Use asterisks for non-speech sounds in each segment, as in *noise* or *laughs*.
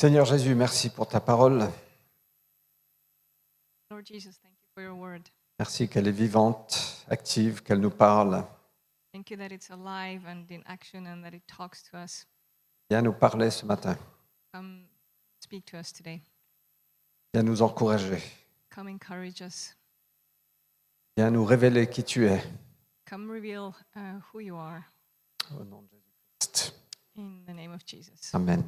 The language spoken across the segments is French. Seigneur Jésus, merci pour ta parole. Lord Jesus, thank you for your word. Merci qu'elle est vivante, active, qu'elle nous parle. Thank you that it's alive and in action and that it talks to us. Viens nous parler ce matin. Come speak to us today. Viens nous encourager. Come encourage us. Viens nous révéler qui tu es. Come reveal uh, who you are Au nom de Jésus-Christ. in the name of Jesus. Amen.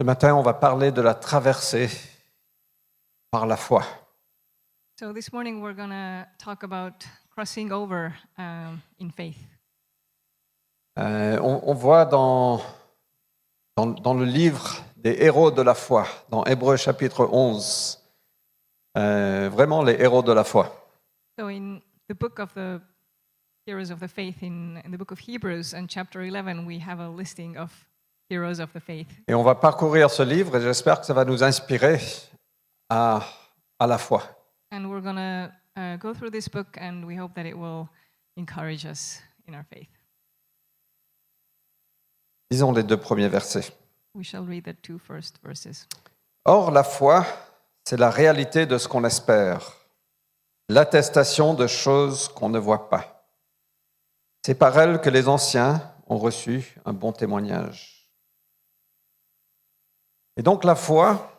Ce matin, on va parler de la traversée par la foi. So this morning we're going to talk about crossing over um, in faith. Euh, on, on voit dans, dans, dans le livre des héros de la foi, dans Hébreu chapitre 11, euh, vraiment les héros de la foi. So in the book of the heroes of the faith, in, in the book of Hebrews and chapter 11, we have a listing of heroes of the faith. Et on va parcourir ce livre et j'espère que ça va nous inspirer à, à la foi. And we're going to uh, go through this book and we hope that it will encourage us in our faith. Disons les deux premiers versets. We shall read the two first verses. Or, la foi, c'est la réalité de ce qu'on espère, l'attestation de choses qu'on ne voit pas. C'est par elle que les anciens ont reçu un bon témoignage. Et donc la foi,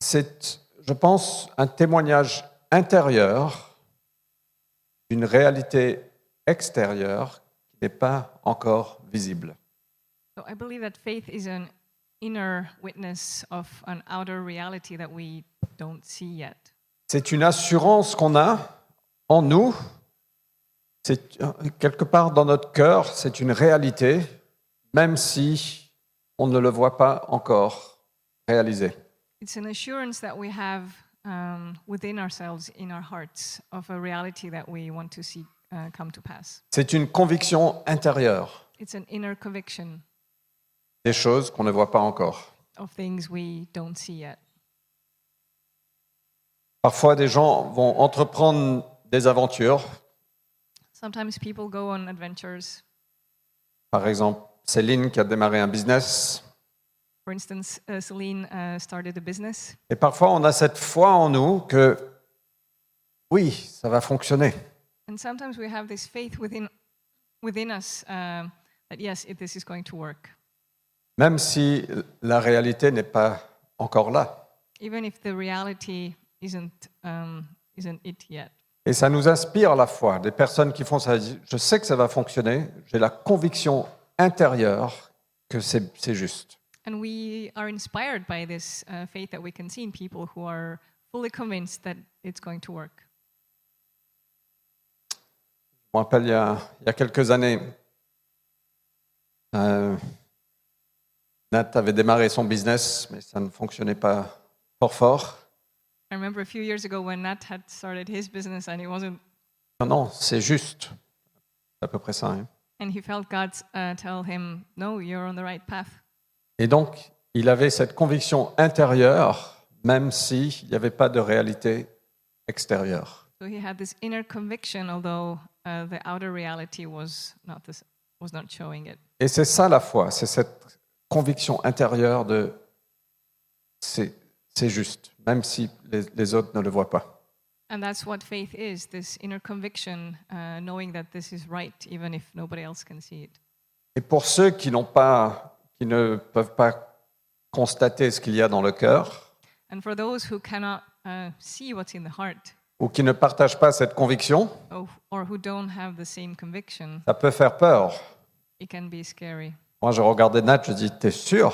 c'est, je pense, un témoignage intérieur d'une réalité extérieure qui n'est pas encore visible. So I believe that faith is an inner witness of an outer reality that we don't see yet. C'est une assurance qu'on a en nous. C'est euh, quelque part dans notre cœur, c'est une réalité, même si on ne le voit pas encore réalisé. It's an assurance that we have um, within ourselves, in our hearts, of a reality that we want to see uh, come to pass. C'est une conviction intérieure It's an inner conviction des choses qu'on ne voit pas encore. of things we don't see yet. Parfois, des gens vont entreprendre des aventures, Sometimes people go on adventures. par exemple Céline qui a démarré un business, For instance, uh, Celine uh, started a business, et parfois on a cette foi en nous que oui, ça va fonctionner. and sometimes we have this faith within within us uh, that yes, it, this is going to work. même si la réalité n'est pas encore là. even if the reality isn't um, isn't it yet. Et ça nous inspire la foi. Des personnes qui font ça, disent, je sais que ça va fonctionner, j'ai la conviction intérieure que c'est c'est juste. And we are inspired by this uh, faith that we can see in people who are fully convinced that it's going to work. Je me rappelle il y a, il y a quelques années, euh, Nat avait démarré son business, mais ça ne fonctionnait pas fort fort. I remember a few years ago when Nat had started his business and it wasn't, Non, non, c'est juste. C'est à peu près ça. hein. and he felt God uh, tell him, "No, you're on the right path." Et donc, il avait cette conviction intérieure, même s'il n'y avait pas de réalité extérieure. So he had this inner conviction, although uh, the outer reality was not this, was not showing it. Et c'est ça la foi, c'est cette conviction intérieure de c'est c'est juste, même si les, les autres ne le voient pas. And that's what faith is: this inner conviction, uh, knowing that this is right, even if nobody else can see it. Et pour ceux qui n'ont pas, qui ne peuvent pas constater ce qu'il y a dans le cœur, And for those who cannot uh, see what's in the heart ou qui ne partagent pas cette conviction, or, or who don't have the same conviction, ça peut faire peur. it can be scary. Moi, je regardais Nat, je dis, t'es sûr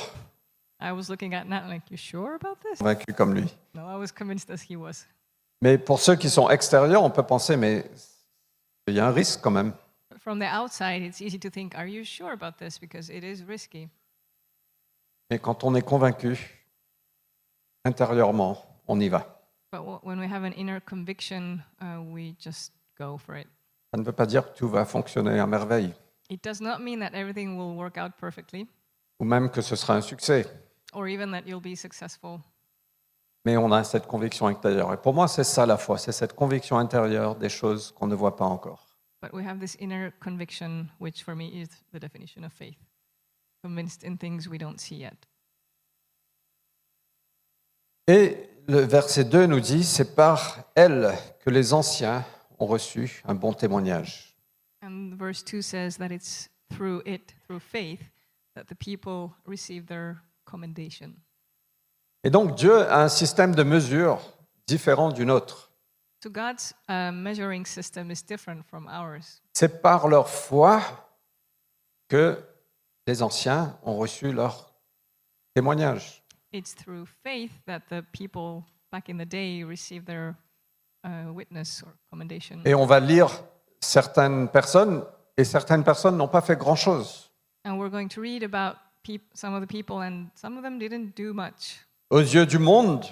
I was looking at Nat like, you sure about this? Convaincu comme lui. No, I was convinced as he was. Mais pour ceux qui sont extérieurs, on peut penser, mais il y a un risque quand même. But from the outside, it's easy to think, are you sure about this? Because it is risky. Mais quand on est convaincu, intérieurement, on y va. But w- when we have an inner conviction, uh, we just go for it. Ça ne veut pas dire que tout va fonctionner à merveille, It does not mean that everything will work out perfectly ou même que ce sera un succès, or even that you'll be successful. mais on a cette conviction intérieure. Et pour moi, c'est ça la foi, c'est cette conviction intérieure des choses qu'on ne voit pas encore. But we have this inner conviction, which for me is the definition of faith convinced in things we don't see yet. Et le verset 2 nous dit, c'est par elle que les anciens ont reçu un bon témoignage. And verse 2 says that it's through it, through faith, that the people receive their commendation. Et donc Dieu a un système de mesure différent du nôtre. So God's uh, measuring system is different from ours. C'est par leur foi que les anciens ont reçu leur témoignage. It's through faith that the people back in the day received their uh, witness or commendation. Et on va lire certaines personnes, et certaines personnes n'ont pas fait grand-chose. And we're going to read about peop- some of the people, and some of them didn't do much Aux yeux du monde,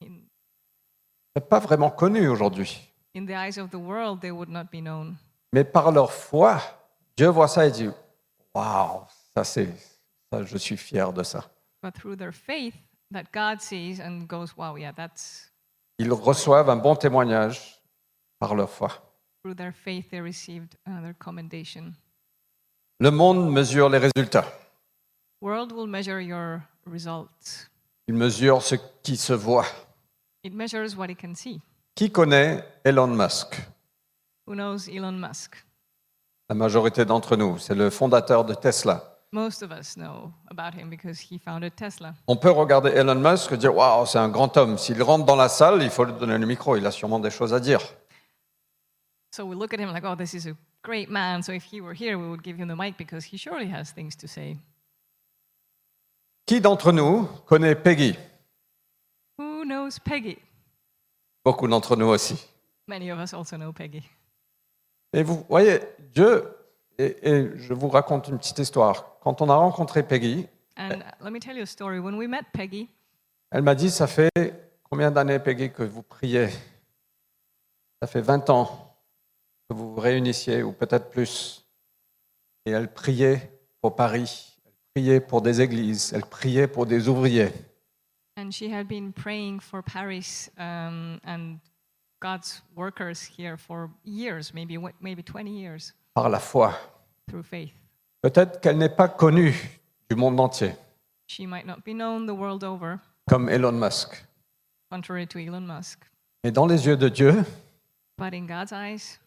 in, c'est pas vraiment connu aujourd'hui. in the eyes of the world, they would not be known. Mais par leur foi, Dieu voit ça et dit Waouh, ça c'est, ça je suis fier de ça. But through their faith, that God sees and goes, wow, yeah, that's Ils reçoivent un bon témoignage par leur foi. through their faith they received uh, their commendation. Le monde mesure les résultats. World will measure your results. Il mesure ce qui se voit. It measures what it can see. Qui connaît Elon Musk Who knows Elon Musk? La majorité d'entre nous, c'est le fondateur de Tesla. Most of us know about him because he founded Tesla. On peut regarder Elon Musk et dire Waouh, c'est un grand homme. S'il rentre dans la salle, il faut lui donner le micro. Il a sûrement des choses à dire. So we look at him like, oh, this is a great man. So if he were here, we would give him the mic because he surely has things to say. Qui d'entre nous connaît Peggy Who knows Peggy? Beaucoup d'entre nous aussi. Many of us also know Peggy. Et vous voyez, Dieu, et, et je vous raconte une petite histoire. Quand on a rencontré Peggy, And uh, let me tell you a story. When we met Peggy, elle m'a dit, ça fait combien d'années, Peggy, que vous priez Ça fait 20 ans que vous vous réunissiez, ou peut-être plus. Et elle priait pour Paris, elle priait pour des églises, elle priait pour des ouvriers. and she had been praying for Paris um, and God's workers here for years, maybe wa- maybe 20 years Par la foi. through faith. Peut-être qu'elle n'est pas connue du monde entier, She might not be known the world over, comme Elon Musk. contrary to Elon Musk, Mais dans les yeux de Dieu, but in God's eyes,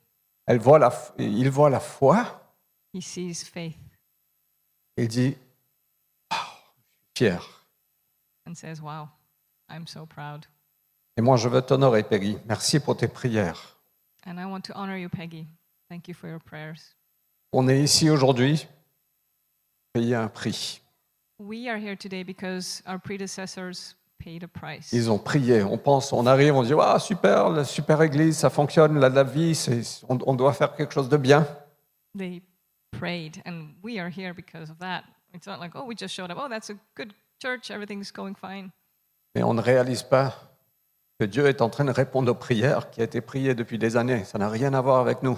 elle voit la, il voit la foi He sees faith Il dit Waouh, Pierre. and says, "Wow, I'm so proud." Et moi, je veux t'honorer, Peggy. Merci pour tes prières. And I want to honor you, Peggy. Thank you for your prayers. On est ici aujourd'hui, payer un prix. We are here today because our predecessors paid a price. Ils ont prié. On pense, on arrive, on dit Waouh, super, la super église, ça fonctionne, la, la vie, c'est- on, on doit faire quelque chose de bien. they prayed and we are here because of that it's not like oh we just showed up oh that's a good church everything's going fine Mais on ne réalise pas que Dieu est en train de répondre aux prières qui a été priées depuis des années. Ça n'a rien à voir avec nous.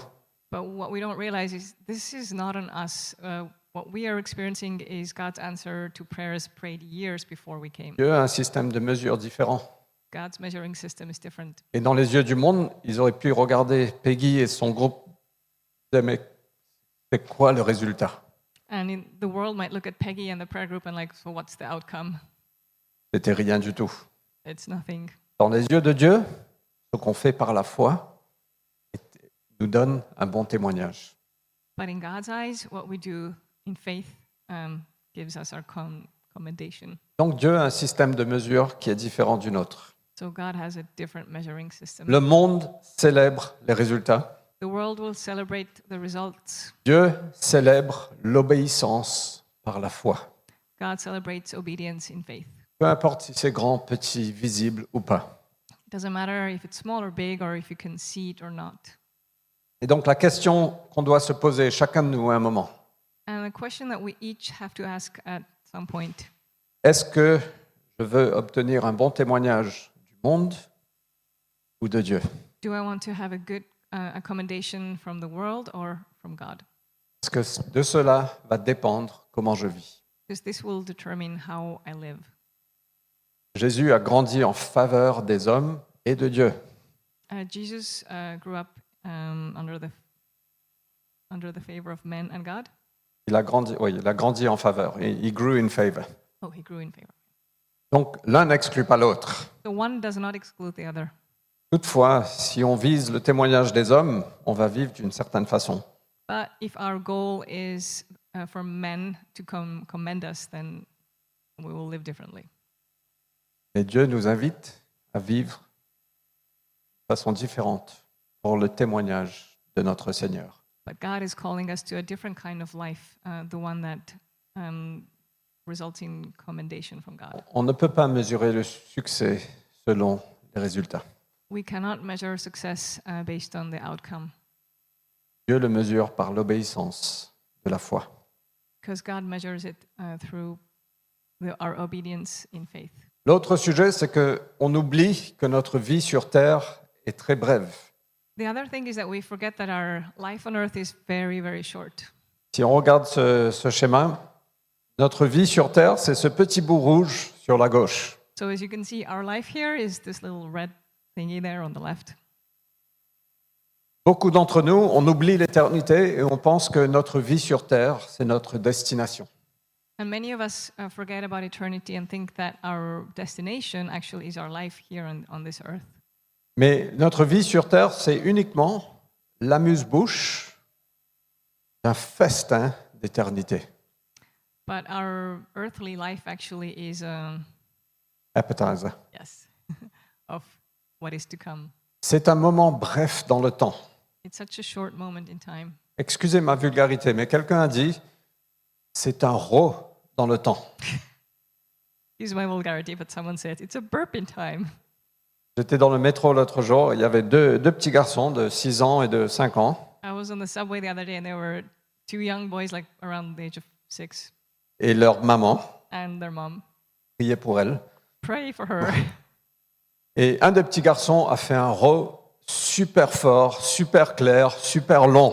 but what we don't realize is this is not on us uh, what we are experiencing is god's answer to prayers prayed years before we came Dieu a un système de mesures différent. god's measuring system is different Et dans les yeux du monde, ils auraient pu regarder Peggy et son groupe. Ils disaient, Mais c'est quoi le résultat and in, the world might look at peggy and the prayer group and like so what's the outcome C'était rien du tout. it's nothing Dans les yeux de Dieu, ce qu'on fait par la foi est- nous donne un bon témoignage. but in god's eyes what we do in faith um, gives us our com- commendation Donc Dieu a un système de mesure qui est différent du nôtre. so god has a different measuring system Le monde célèbre les résultats. The world will celebrate the results. Dieu célèbre l'obéissance par la foi. God celebrates obedience in faith. Peu importe si c'est grand, petit, visible ou pas. It doesn't matter if it's small or big or if you can see it or not. Et donc la question qu'on doit se poser chacun de nous à un moment, And the question that we each have to ask at some point Est-ce que je veux obtenir un bon témoignage du monde ou de Dieu do I want to have a good uh, accommodation from the world or from God? Parce que de cela va dépendre comment je vis. Because this will determine how I live. Jésus a grandi en faveur des hommes et de Dieu. Uh, Jesus uh, grew up um, under the under the favor of men and God. Il a grandi, oui, il a grandi en faveur. He he grew in favor. Oh, he grew in favor. Donc l'un n'exclut pas l'autre. So one does not exclude the other. Toutefois, si on vise le témoignage des hommes, on va vivre d'une certaine façon. But if our goal is uh, for men to com- commend us, then we will live differently. Et Dieu nous invite à vivre de façon différente pour le témoignage de notre Seigneur. But God is calling us to a different kind of life, uh, the one that um, results in commendation from God. On ne peut pas mesurer le succès selon les résultats. We cannot measure success uh, based on the outcome Dieu le mesure par l'obéissance de la foi. because God measures it uh, through the, our obedience in faith. L'autre sujet, c'est que on oublie que notre vie sur terre est très brève. The other thing is that we forget that our life on earth is very, very short. Si on regarde ce, ce schéma, notre vie sur terre, c'est ce petit bout rouge sur la gauche. So, as you can see, our life here is this little red thingy there on the left. Beaucoup d'entre nous, on oublie l'éternité et on pense que notre vie sur terre, c'est notre destination. And many of us uh, forget about eternity and think that our destination actually is our life here on, on this earth. Mais notre vie sur terre, c'est uniquement l'amuse-bouche d'un festin d'éternité. But our earthly life actually is, um, Appetizer. yes, *laughs* of what is to come. C'est un moment bref dans le temps. It's such a short moment in time. Excusez ma vulgarité, mais quelqu'un a dit, c'est un rot dans le temps. Excuse my vulgarity, but someone said it's a burp in time. *laughs* J'étais dans le métro l'autre jour, il y avait deux, deux petits garçons de 6 ans et de 5 ans, I was on the subway the other day and there were two young boys, like around the age of six, et leur maman and their mom. priait pour elle. Pray for her. *laughs* Et un des petits garçons a fait un rot super fort, super clair, super long.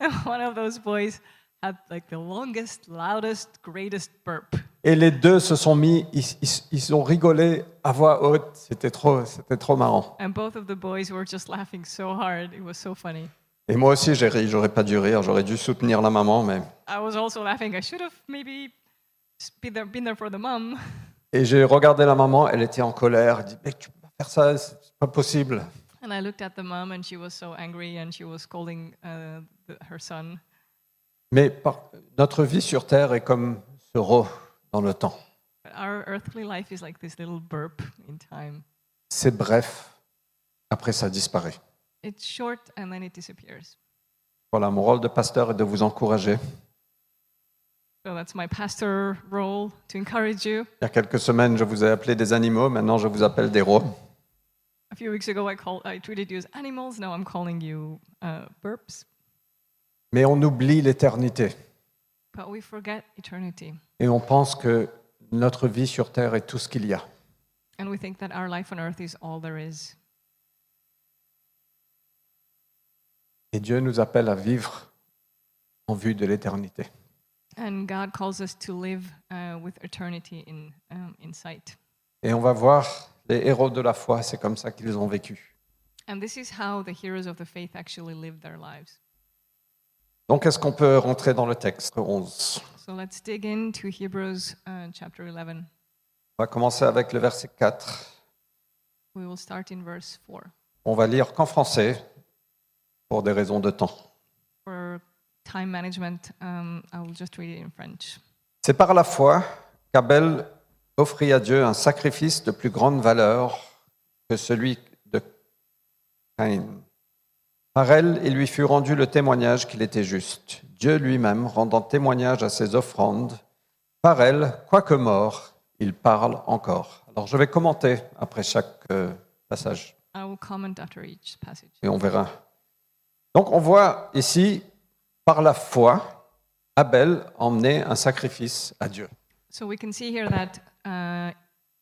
and one of those boys had like the longest, loudest, greatest burp. Et les deux se sont mis, ils, ils- ils ont rigolé à voix haute, c'était trop, c'était trop marrant. And both of the boys were just laughing so hard. It was so funny. Et moi aussi j'ai ri, j'aurais pas dû rire, j'aurais dû soutenir la maman, mais... I was also laughing. I should have maybe s- been there, been there for the mom. *laughs* Et j'ai regardé la maman, elle était en colère, elle dit, mais tu peux pas faire ça, c'est pas possible. And I looked at the mom, and she was so angry, and she was scolding uh, the, her son. Mais par- notre vie sur Terre est comme ce rot dans le temps. But our earthly life is like this little burp in time. C'est bref, après ça disparaît. It's short, and then it disappears. Voilà, mon rôle de pasteur est de vous encourager. So that's my pastor role to encourage you. Il y a quelques semaines, je vous ai appelé des animaux, maintenant je vous appelle des rots. A few weeks ago, I called, I treated you as animals. Now I'm calling you uh, burps. Mais on oublie l'éternité But we forget eternity, et on pense que notre vie sur Terre est tout ce qu'il y a. and we think that our life on earth is all there is. Et Dieu nous appelle à vivre en vue de l'éternité. And God calls us to live uh, with eternity in, um, in sight. Et on va voir, les héros de la foi, c'est comme ça qu'ils ont vécu. And this is how the heroes of the faith actually lived their lives. Donc est-ce qu'on peut rentrer dans le texte 11 So let's dig into Hebrews uh, chapter 11. On va commencer avec le verset 4. We will start in verse 4. On va lire qu'en français pour des raisons de temps. For time management, um, I will just read it in French. C'est par la foi qu'Abel offrit à Dieu un sacrifice de plus grande valeur que celui de Caïn. Par elle, il lui fut rendu le témoignage qu'il était juste, Dieu lui-même rendant témoignage à ses offrandes. Par elle, quoique mort, il parle encore. Alors je vais commenter après chaque euh, passage I will comment after each passage. et on verra. Donc on voit ici, par la foi, Abel emmenait un sacrifice à Dieu. So we can see here that uh,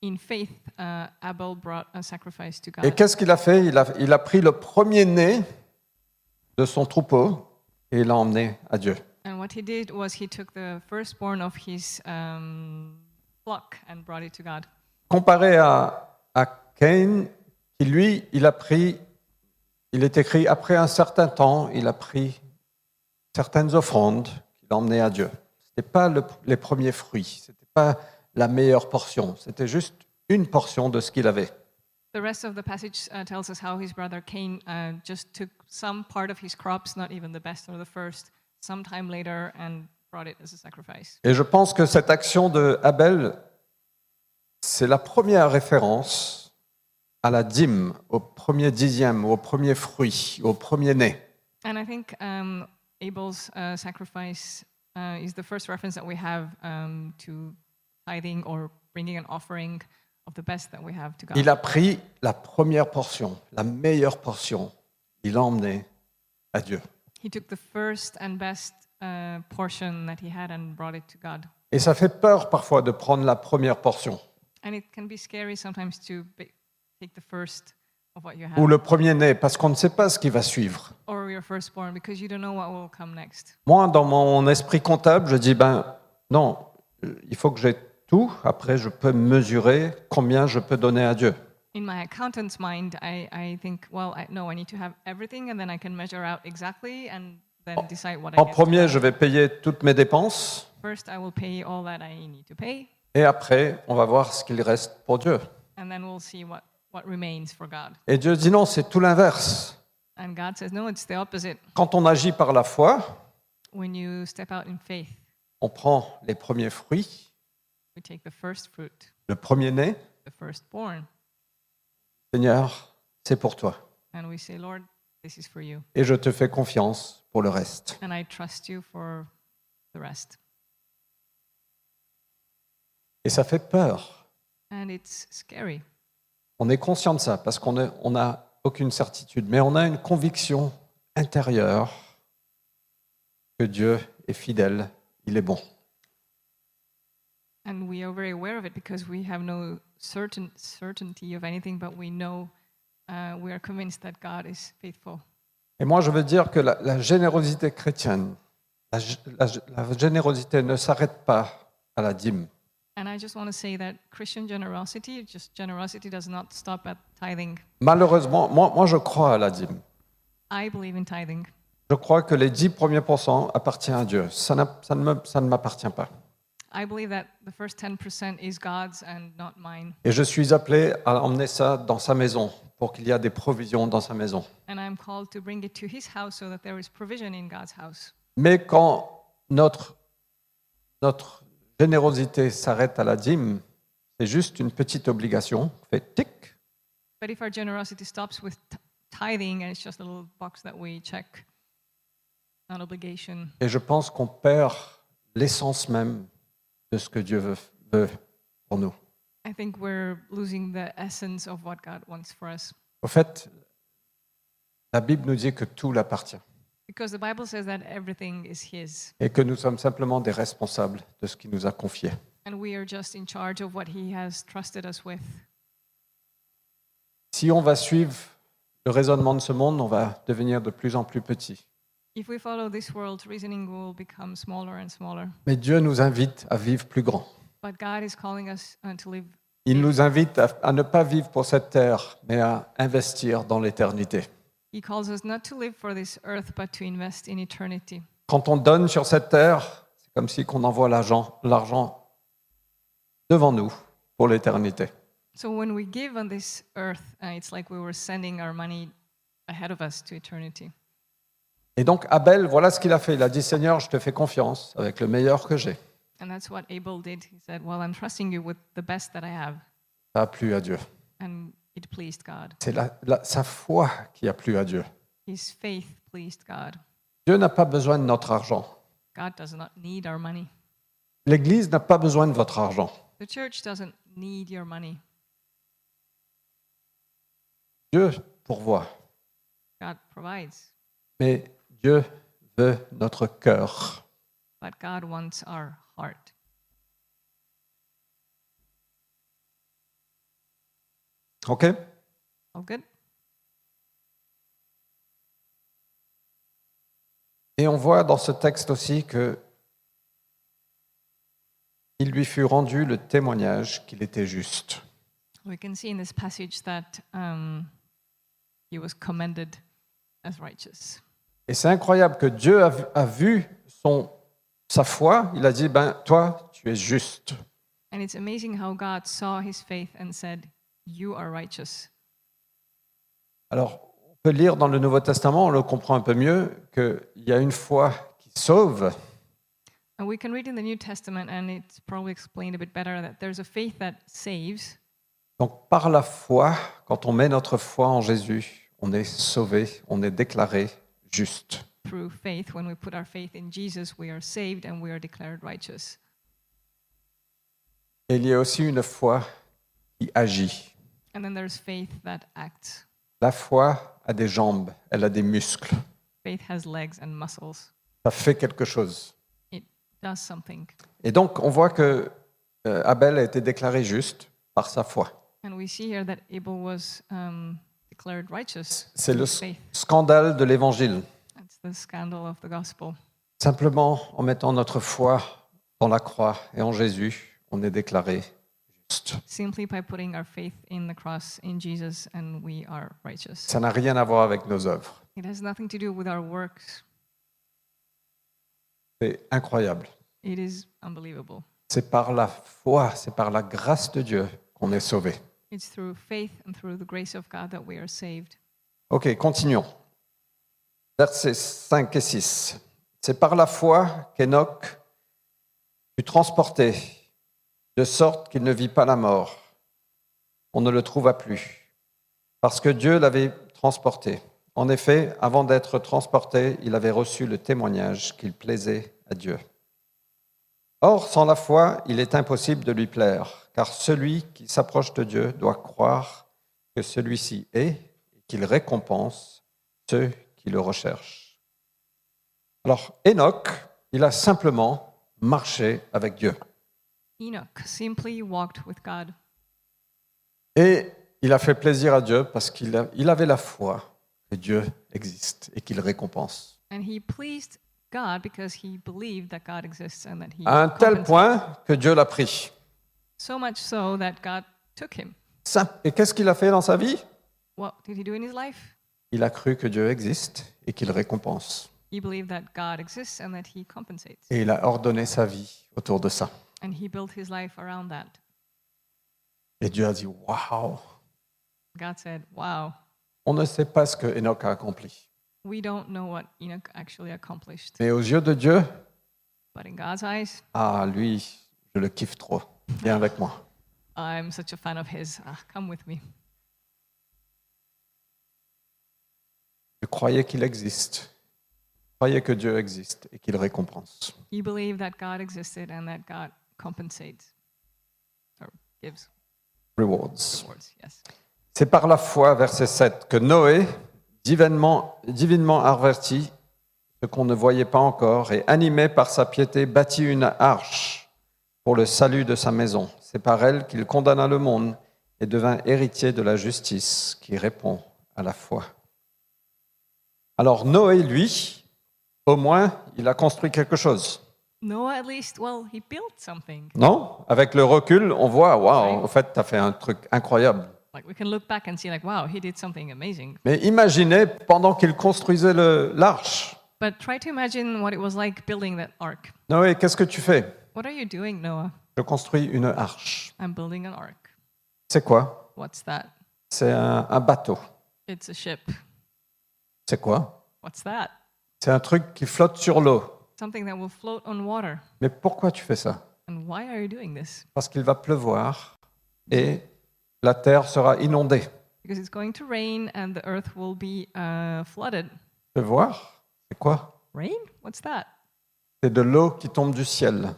in faith, uh, Abel brought a sacrifice to Et God. qu'est-ce qu'il a fait il a, il a pris le premier-né de son troupeau et il l'a emmené à Dieu. And what he did was he took the firstborn of his um, flock and brought it to God. comparé à, à Cain, qui lui, il a pris, il est écrit, après un certain temps, il a pris certaines offrandes qu'il a emmenées à Dieu. Ce n'était pas le- les premiers fruits, ce n'était pas la meilleure portion, c'était juste une portion de ce qu'il avait. The rest of the passage uh, tells us how his brother Cain uh, just took some part of his crops, not even the best or the first, sometime later and brought it as a sacrifice. Et je pense que cette action de Abel, c'est la première référence à la dîme, au premier dixième, au premier fruit, au premier né. And I think um, Abel's uh, sacrifice uh, is the first reference that we have um, to tithing or bringing an offering of the best that we have to God. Il a pris la première portion, la meilleure portion. Il l'a emmené à Dieu. He took the first and best uh, portion that he had and brought it to God. Et ça fait peur parfois de prendre la première portion And it can be scary sometimes to be- take the first of what you have ou le premier né parce qu'on ne sait pas ce qui va suivre. or your firstborn because you don't know what will come next. Moi, dans mon esprit comptable, je dis ben non, euh, il faut que j'ai tout. Après, je peux mesurer combien je peux donner à Dieu. In my accountant's mind, I, I think, well, I, no, I need to have everything and then I can measure out exactly and then decide what I En get. premier, je vais payer toutes mes dépenses First, I will pay all that I need to pay, et après, on va voir ce qu'il reste pour Dieu. and then we'll see what, what remains for God. Et Dieu dit non, c'est tout l'inverse. And God says, no, it's the opposite. Quand on agit par la foi, When you step out in faith, on prend les premiers fruits we take the first fruit, le premier-né, the firstborn, Seigneur, c'est pour toi. and we say, Lord, this is for you, Et je te fais confiance pour le reste. and I trust you for the rest. Et ça fait peur. And it's scary. On est conscient de ça parce qu'on n'a on a aucune certitude. Mais on a une conviction intérieure que Dieu est fidèle, il est bon. And we are very aware of it because we have no certain certainty of anything, but we know uh, we are convinced that God is faithful. Et moi, je veux dire que la, la générosité chrétienne, la g- la g- la générosité ne s'arrête pas à la dîme. And I just want to say that Christian generosity, just generosity, does not stop at tithing. Malheureusement, moi, moi je crois à la dîme. I believe in tithing. Je crois que les 10 premiers pourcents appartiennent à Dieu. Ça, n'a- ça ne me- ça ne m'appartient pas. I believe that the first 10% is God's and not mine. Et je suis appelé à emmener ça dans sa maison, pour qu'il y ait des provisions dans sa maison. And I'm called to bring it to His house so that there is provision in God's house. Mais quand notre, notre générosité s'arrête à la dîme, c'est juste une petite obligation. On fait tic, But if our generosity stops with t- tithing and it's just a little box that we check, not obligation, et je pense qu'on perd l'essence même de ce que Dieu veut, veut pour nous. I think we're losing the essence of what God wants for us. Au fait, la Bible nous dit que tout l'appartient Because the Bible says that everything is His, et que nous sommes simplement des responsables de ce qu'il nous a confié. and we are just in charge of what He has trusted us with. Si on va suivre le raisonnement de ce monde, on va devenir de plus en plus petit. If we follow this world's reasoning, we will become smaller and smaller. Mais Dieu nous invite à vivre plus grand. But God is calling us uh, to live. Il nous invite à, à ne pas vivre pour cette terre, mais à investir dans l'éternité. He calls us not to live for this earth, but to invest in eternity. Quand on donne sur cette terre, c'est comme si qu'on envoie l'argent, l'argent devant nous pour l'éternité. So when we give on this earth, uh, it's like we were sending our money ahead of us to eternity. Et donc Abel, voilà ce qu'il a fait. Il a dit Seigneur, je te fais confiance avec le meilleur que j'ai. And that's what Abel did. He said, Well, I'm trusting you with the best that I have. Ça a plu à Dieu. And it pleased God. C'est la- la- sa foi qui a plu à Dieu. His faith pleased God. Dieu n'a pas besoin de notre argent. God does not need our money. L'Église n'a pas besoin de votre argent. The church doesn't need your money. Dieu pourvoit, God provides. mais Dieu veut notre cœur. But God wants our heart. OK All good? Et on voit dans ce texte aussi que il lui fut rendu le témoignage qu'il était juste. we can see in this passage that um, he was commended as righteous. Et c'est incroyable que Dieu a vu, a vu son, sa foi. Il a dit, ben, toi, tu es juste. And it's amazing how God saw his faith and said, You are righteous. Alors, on peut lire dans le Nouveau Testament, on le comprend un peu mieux, qu'il y a une foi qui sauve, And we can read in the New Testament, and it's probably explained a bit better, that there's a faith that saves. Donc par la foi, quand on met notre foi en Jésus, on est sauvé, on est déclaré juste. Through faith, when we put our faith in Jesus, we are saved and we are declared righteous. Et il y a aussi une foi qui agit. And then there's faith that acts. La foi a des jambes, elle a des muscles. Faith has legs and muscles, Ça fait quelque chose. it does something. Et donc on voit que euh, Abel a été déclaré juste par sa foi. And we see here that Abel was um, declared righteous. C'est le through s- faith. scandale de l'évangile. That's the scandal of the gospel. Simplement en mettant notre foi dans la croix et en Jésus, on est déclaré juste. Simply by putting our faith in the cross in Jesus, and we are righteous. Ça n'a rien à voir avec nos œuvres. It has nothing to do with our works. C'est incroyable. It is unbelievable. C'est par la foi, c'est par la grâce de Dieu qu'on est sauvé. It's through faith and through the grace of God that we are saved. Ok, continuons. Versets 5 et 6. C'est par la foi qu'Enoch fut transporté, de sorte qu'il ne vit pas la mort. On ne le trouva plus, parce que Dieu l'avait transporté. En effet, avant d'être transporté, il avait reçu le témoignage qu'il plaisait à Dieu. Or, sans la foi, il est impossible de lui plaire, car celui qui s'approche de Dieu doit croire que celui-ci est et qu'il récompense ceux qui le recherchent. Alors, Enoch, il a simplement marché avec Dieu. Enoch simply walked with God, Et il a fait plaisir à Dieu parce qu'il a- il avait la foi que Dieu existe et qu'il récompense. and he pleased God because he believed that God exists and that he. À un tel compensates. point que Dieu l'a pris. So much so that God took him. Simple. Et qu'est-ce qu'il a fait dans sa vie What did he do in his life? Il a cru que Dieu existe et qu'il récompense. He believed that God exists and that he compensates. Et il a ordonné sa vie autour de ça. And he built his life around that. Et Dieu a dit Waouh God said, Wow, On ne sait pas ce que Enoch a accompli. we don't know what Enoch actually accomplished. Mais aux yeux de Dieu, But in God's eyes, ah, lui, je le kiffe trop. Viens avec moi. I'm such a fan of his. Ah, come with me. Je croyais qu'il existe. Je croyais que Dieu existe et qu'il récompense. He believed that God existed and that God compensates or gives Rewards. rewards. Yes. C'est par la foi, verset 7, que Noé, divinement, divinement averti, ce qu'on ne voyait pas encore, et animé par sa piété, bâtit une arche pour le salut de sa maison. C'est par elle qu'il condamna le monde et devint héritier de la justice qui répond à la foi. Alors Noé, lui, au moins, il a construit quelque chose. Noah, at least, well, he built something. Non Avec le recul, on voit, waouh, en fait, tu as fait un truc incroyable. Like we can look back and see, like, wow, he did something amazing. Mais imaginez pendant qu'il construisait le- l'arche. But try to imagine what it was like building that ark. Noé, qu'est-ce que tu fais What are you doing, Noah? Je construis une arche. I'm building an ark. C'est quoi What's that? C'est un, un bateau. It's a ship. C'est quoi What's that? C'est un truc qui flotte sur l'eau. Something that will float on water. Mais pourquoi tu fais ça And why are you doing this? Parce qu'il va pleuvoir et la terre sera inondée. Because it's going to rain and the earth will be uh, flooded. Pleuvoir C'est quoi Rain? What's that? C'est de l'eau qui tombe du ciel.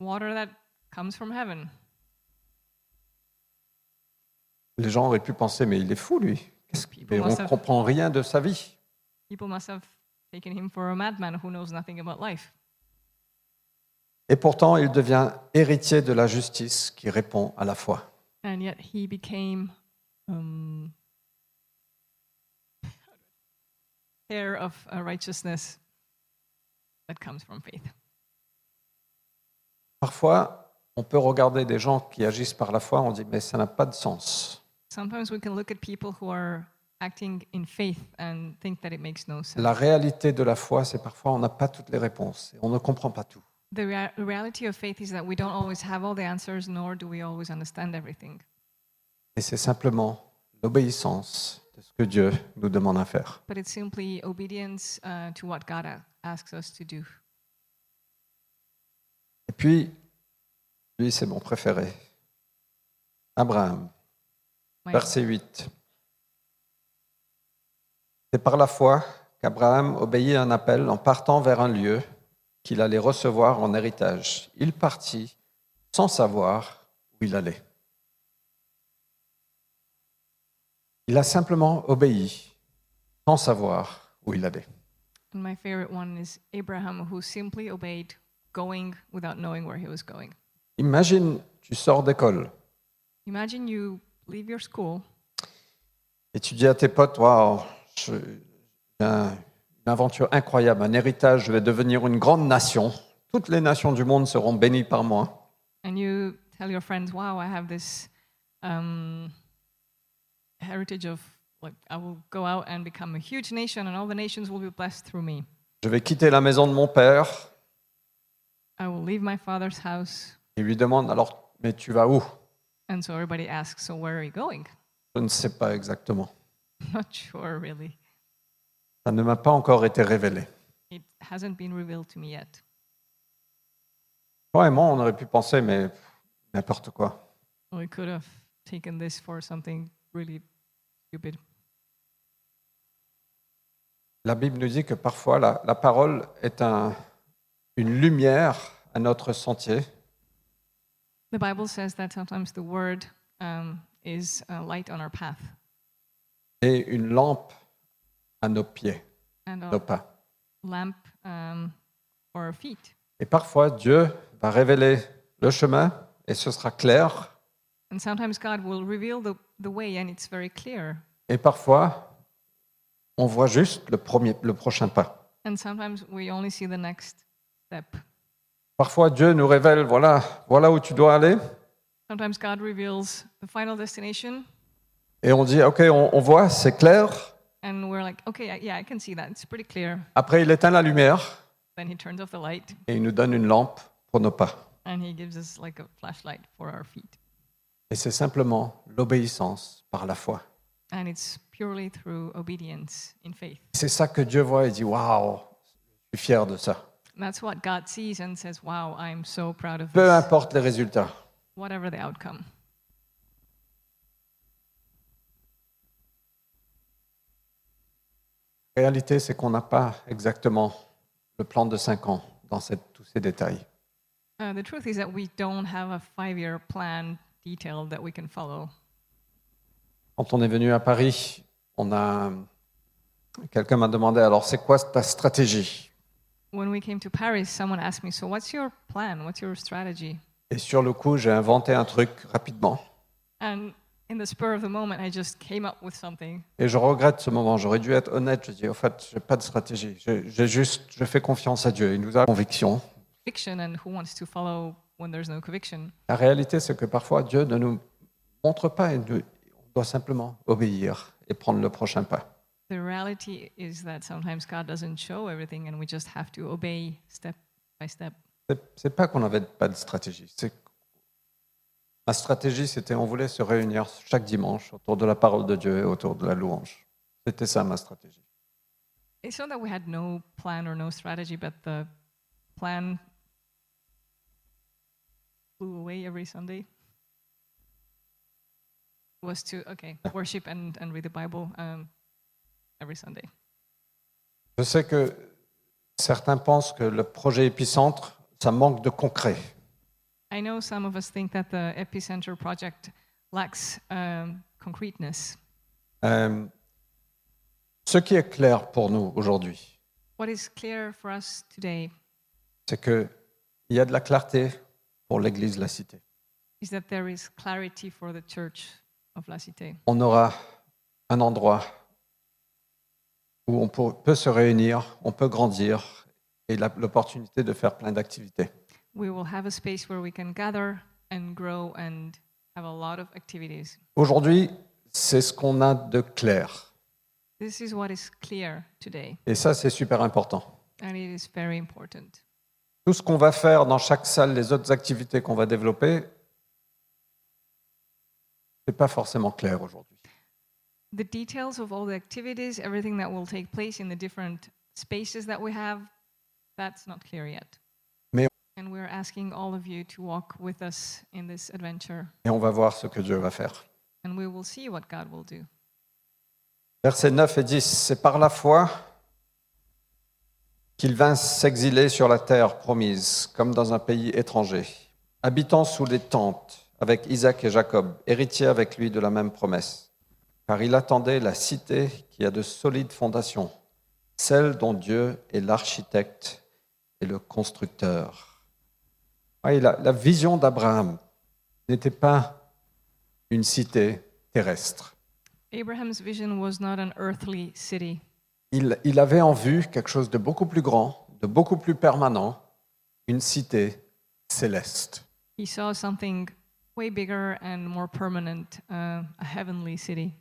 Water that comes from heaven. Les gens auraient pu penser, mais il est fou lui. Qu'est-ce qu'il- People mais on must ne have- comprend rien de sa vie. People must have taken him for a madman who knows nothing about life. Et pourtant, il devient héritier de la justice qui répond à la foi. And yet he became um, *laughs* heir of a righteousness that comes from faith. Parfois, on peut regarder des gens qui agissent par la foi, on dit mais ça n'a pas de sens. Sometimes we can look at people who are acting in faith and think that it makes no sense. La réalité de la foi, c'est parfois on n'a pas toutes les réponses, et on ne comprend pas tout. The rea- reality of faith is that we don't always have all the answers, nor do we always understand everything. Et c'est simplement l'obéissance de ce que Dieu nous demande à faire. But it's simply obedience uh, to what God a- asks us to do. Et puis, lui, c'est mon préféré. Abraham, My- verset 8. C'est par la foi qu'Abraham obéit à un appel en partant vers un lieu qu'il allait recevoir en héritage. Il partit sans savoir où il allait. Il a simplement obéi sans savoir où il allait. and my favorite one is Abraham, who simply obeyed, going without knowing where he was going. Imagine, tu sors d'école Imagine you leave your school Et tu dis à tes potes, waouh, je- j'ai un- une aventure incroyable, un héritage, je vais devenir une grande nation. Toutes les nations du monde seront bénies par moi. and you tell your friends, "Wow, I have this um, heritage of like I will go out and become a huge nation, and all the nations will be blessed through me. Je vais quitter la maison de mon père. I will leave my father's house." Il lui demande, alors, mais tu vas où And so everybody asks, "So where are you going?" *laughs* Je ne sais pas exactement. Not sure really. Ça ne m'a pas encore été révélé. It hasn't been revealed to me yet. Toi et moi, on aurait pu penser, mais pff, n'importe quoi. We could have taken this for something really stupid. La Bible nous dit que parfois, la, la parole est un- une lumière à notre sentier. The Bible says that sometimes the word um, is a light on our path et une lampe à nos pieds, and nos a pas. lamp um, for our feet. Et parfois, Dieu va révéler le chemin et ce sera clair. And sometimes God will reveal the, the way and it's very clear. Et parfois, on voit juste le, premier, le prochain pas. And sometimes we only see the next step. Parfois, Dieu nous révèle, voilà, voilà où tu dois aller. Sometimes God reveals the final destination Et on dit, OK, on, on voit, c'est clair. and we're like, okay, I- yeah, I can see that. It's pretty clear. Après, il éteint la lumière Then He turns off the light et il nous donne une lampe pour nos pas. and He gives us like a flashlight for our feet. Et c'est simplement l'obéissance par la foi. And it's purely through obedience in faith. C'est ça que Dieu voit et dit, waouh, je suis fier de ça. And that's what God sees and says, wow, I'm so proud of Peu this, importe les résultats. whatever the outcome. La réalité, c'est qu'on n'a pas exactement le plan de 5 ans dans cette- tous ces détails. Uh, the truth is that we don't have a five year plan detailed that we can follow. Quand on est venu à Paris, on a quelqu'un m'a demandé alors c'est quoi ta stratégie When we came to Paris, someone asked me, So, what's your plan? What's your strategy? Et sur le coup, j'ai inventé un truc rapidement And in the spur of the moment, I just came up with something. et je regrette ce moment. J'aurais dû être honnête. Je dis au fait, j'ai pas de stratégie. J'ai j'ai juste, je fais confiance à Dieu. Il nous a conviction. Conviction, and who wants to follow when there's no conviction? La réalité, c'est que parfois Dieu ne nous montre pas et nous- on doit simplement obéir et prendre le prochain pas. The reality is that sometimes God doesn't show everything, and we just have to obey step by step. C'est- C'est pas qu'on n'avait pas de stratégie. C'est ma stratégie, c'était on voulait se réunir chaque dimanche autour de la parole de Dieu et autour de la louange. C'était ça ma stratégie. It's not that we had no plan or no strategy, but the plan flew away every Sunday. Was to okay worship and, and read the Bible um, every Sunday. Je sais que certains pensent que le projet épicentre, ça manque de concret. I know some of us think that the epicenter project lacks um, concreteness. Euh, ce qui est clair pour nous aujourd'hui, What is clear for us today c'est que il y a de la clarté pour l'Église de la Cité. is that there is clarity for the Church of La Cité. On aura un endroit où on peut, peut se réunir, on peut grandir et la- l'opportunité de faire plein d'activités. We will have a space where we can gather, and grow and have a lot of activities. Aujourd'hui, c'est ce qu'on a de clair. This is what is clear today, Et ça, c'est super important. and it is very important. Tout ce qu'on va faire dans chaque salle, les autres activités qu'on va développer, c'est pas forcément clair aujourd'hui. The details of all the activities, everything that will take place in the different spaces that we have, that's not clear yet. Mais- and we're asking all of you to walk with us in this adventure, Et on va voir ce que Dieu va faire. and we will see what God will do. Versets 9 et 10, c'est par la foi qu'ils vinrent s'exiler sur la terre promise, comme dans un pays étranger, habitant sous les tentes avec Isaac et Jacob, héritiers avec lui de la même promesse, car il attendait la cité qui a de solides fondations, celle dont Dieu est l'architecte et le constructeur. Voyez, la- la vision d'Abraham n'était pas une cité terrestre. Abraham's vision was not an earthly city. il, il avait en vue quelque chose de beaucoup plus grand, de beaucoup plus permanent, une cité céleste. He saw something way bigger and more permanent, uh, a heavenly city.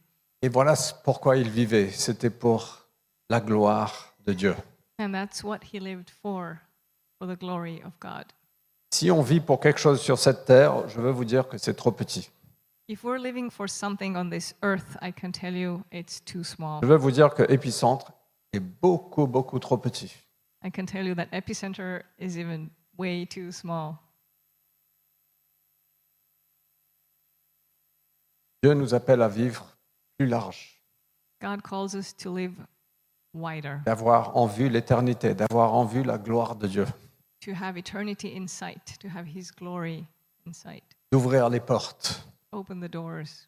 Et voilà ce- pourquoi il vivait. C'était pour la gloire de Dieu. And that's what he lived for, for the glory of God. Si on vit pour quelque chose sur cette terre, je veux vous dire que c'est trop petit. If we're living for something on this earth, I can tell you it's too small. Je veux vous dire que Épicentre est beaucoup, beaucoup trop petit. I can tell you that Epicenter is even way too small. Dieu nous appelle à vivre plus large, God calls us to live wider, d'avoir en vue l'éternité, d'avoir en vue la gloire de Dieu, to have eternity in sight, to have his glory in sight. d'ouvrir les portes. Open the doors.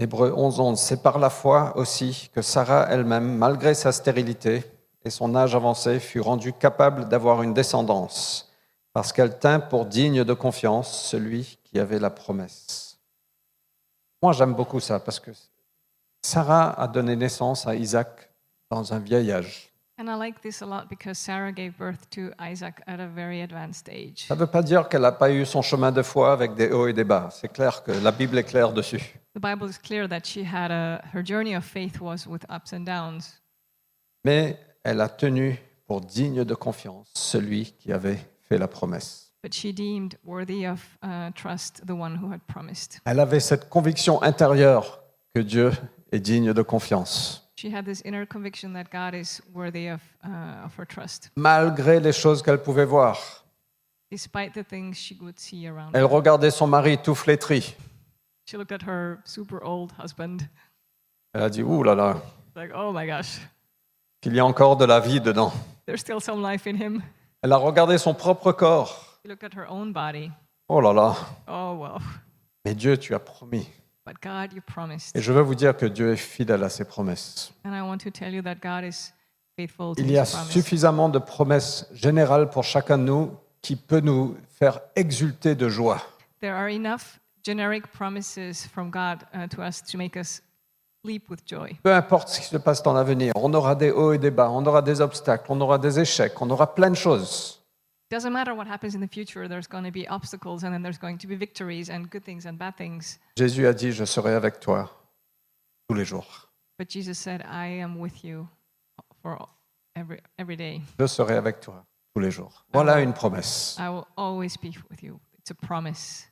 Hébreu 11, 11. C'est par la foi aussi que Sarah elle-même, malgré sa stérilité et son âge avancé, fut rendue capable d'avoir une descendance, parce qu'elle tint pour digne de confiance celui qui avait la promesse. Moi, j'aime beaucoup ça, parce que Sarah a donné naissance à Isaac dans un vieil âge. And I like this a lot because Sarah gave birth to Isaac at a very advanced age. Ça ne veut pas dire qu'elle n'a pas eu son chemin de foi avec des hauts et des bas. C'est clair que la Bible est claire dessus. The Bible is clear that she had a her journey of faith was with ups and downs, Mais elle a tenu pour digne de confiance celui qui avait fait la promesse. but she deemed worthy of uh, trust the one who had promised. Elle avait cette conviction intérieure que Dieu est digne de confiance, She had this inner conviction that God is worthy of uh, of her trust, malgré les choses qu'elle pouvait voir. despite the things she would see around. Elle regardait son mari tout flétri. She looked at her super old husband, Elle a dit Ouh là là, like, "Oh my gosh, qu'il y a encore de la vie dedans. there's still some life in him." Elle a regardé son propre corps. She looked at her own body. Oh là là, Oh well, mais Dieu, tu as promis. but God, you promised. Et je veux vous dire que Dieu est fidèle à ses promesses. And I want to tell you that God is faithful to Il y a his promise. suffisamment de promesses générales pour chacun de nous qui peut nous faire exulter de joie. There are enough generic promises from God uh, to us to make us leap with joy. Peu importe ce qui se passe dans l'avenir, on aura des hauts et des bas, on aura des obstacles, on aura des échecs, on aura plein de choses. Doesn't matter what happens in the future, there's going to be obstacles and then there's going to be victories and good things and bad things. Jésus a dit, je serai avec toi tous les jours. But Jesus said, I am with you for every, every day. Je serai avec toi tous les jours. Voilà une promesse. I will always be with you. It's a promise.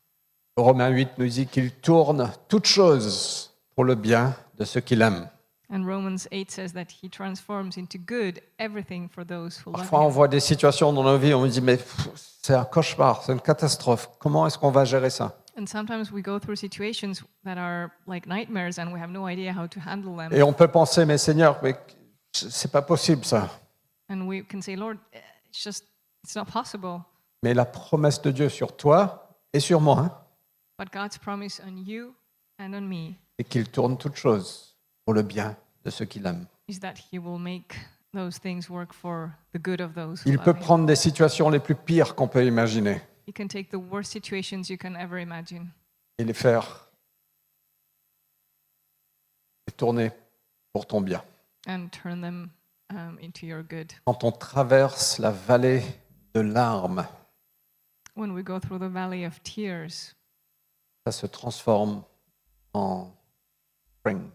Romains 8 nous dit qu'il tourne toutes choses pour le bien de ceux qui l'aiment. And Romans 8 says that he transforms into good everything for those who love Parfois, on him. voit des situations dans nos vies, on nous dit, mais pff, c'est un cauchemar, c'est une catastrophe. Comment est-ce qu'on va gérer ça And sometimes we go through situations that are like nightmares and we have no idea how to handle them. Et on peut penser, mais Seigneur, mais c'est pas possible ça. And we can say, Lord, eh, it's just, it's not possible. Mais la promesse de Dieu sur toi et sur moi, hein, But God's promise on you and on me et qu'il tourne toutes choses pour le bien de ceux qui l'aiment. is that He will make those things work for the good of those who Il peut love him. prendre des situations les plus pires qu'on peut imaginer He can take the worst situations you can ever imagine et les faire les tourner pour ton bien. and turn them um, into your good. Quand on traverse la vallée de larmes, When we go through the valley of tears, ça se transforme en spring,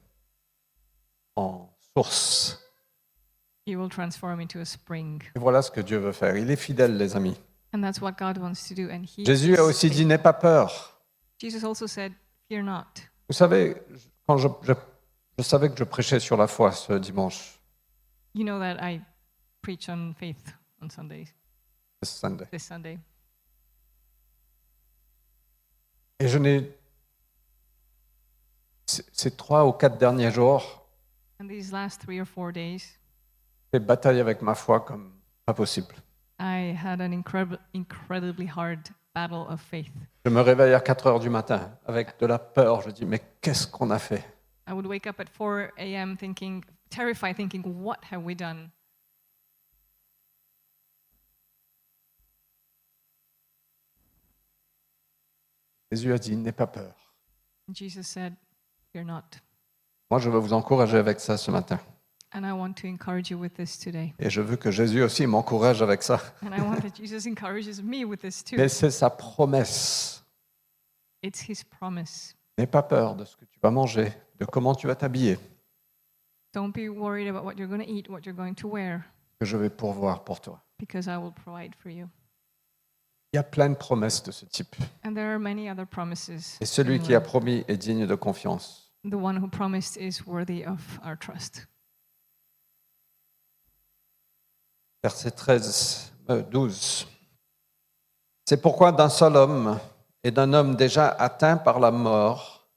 en source. you will transform into a spring. Et voilà ce que Dieu veut faire. Il est fidèle, les amis. And that's what God wants to do. And he Jésus a is aussi dit faithful. N'aie pas peur. Jesus also said, Fear not. Vous savez, je- quand je, je- je savais que je prêchais sur la foi ce dimanche, You know that I preach on faith on Sundays, ce Sunday, this Sunday. et je n'ai. ces- Ces trois ou quatre derniers jours, And these last three or four days, j'ai bataillé avec ma foi comme pas possible. I had an incredible, incredibly hard battle of faith. Je me réveille à 4 heures du matin avec de la peur. Je dis, mais qu'est-ce qu'on a fait I would wake up at 4 a.m. thinking, terrified, thinking, what have we done? Jésus a dit, n'aie pas peur. And Jesus said, Fear not. Moi, je veux vous encourager avec ça ce matin. And I want to encourage you with this today. Et je veux que Jésus aussi m'encourage avec ça. And I want that Jesus encourages me with this too. Mais c'est sa promesse. It's his promise. N'aie pas peur de ce que tu vas manger, de comment tu vas t'habiller, Don't be worried about what you're going to eat, what you're going to wear, que je vais pourvoir pour toi. because I will provide for you. Il y a plein de promesses de ce type. And there are many other promises. Et celui in qui a life. promis est digne de confiance. the one who promised is worthy of our trust. Verset 13, euh, 12. C'est pourquoi d'un seul homme et d'un homme déjà atteint par la mort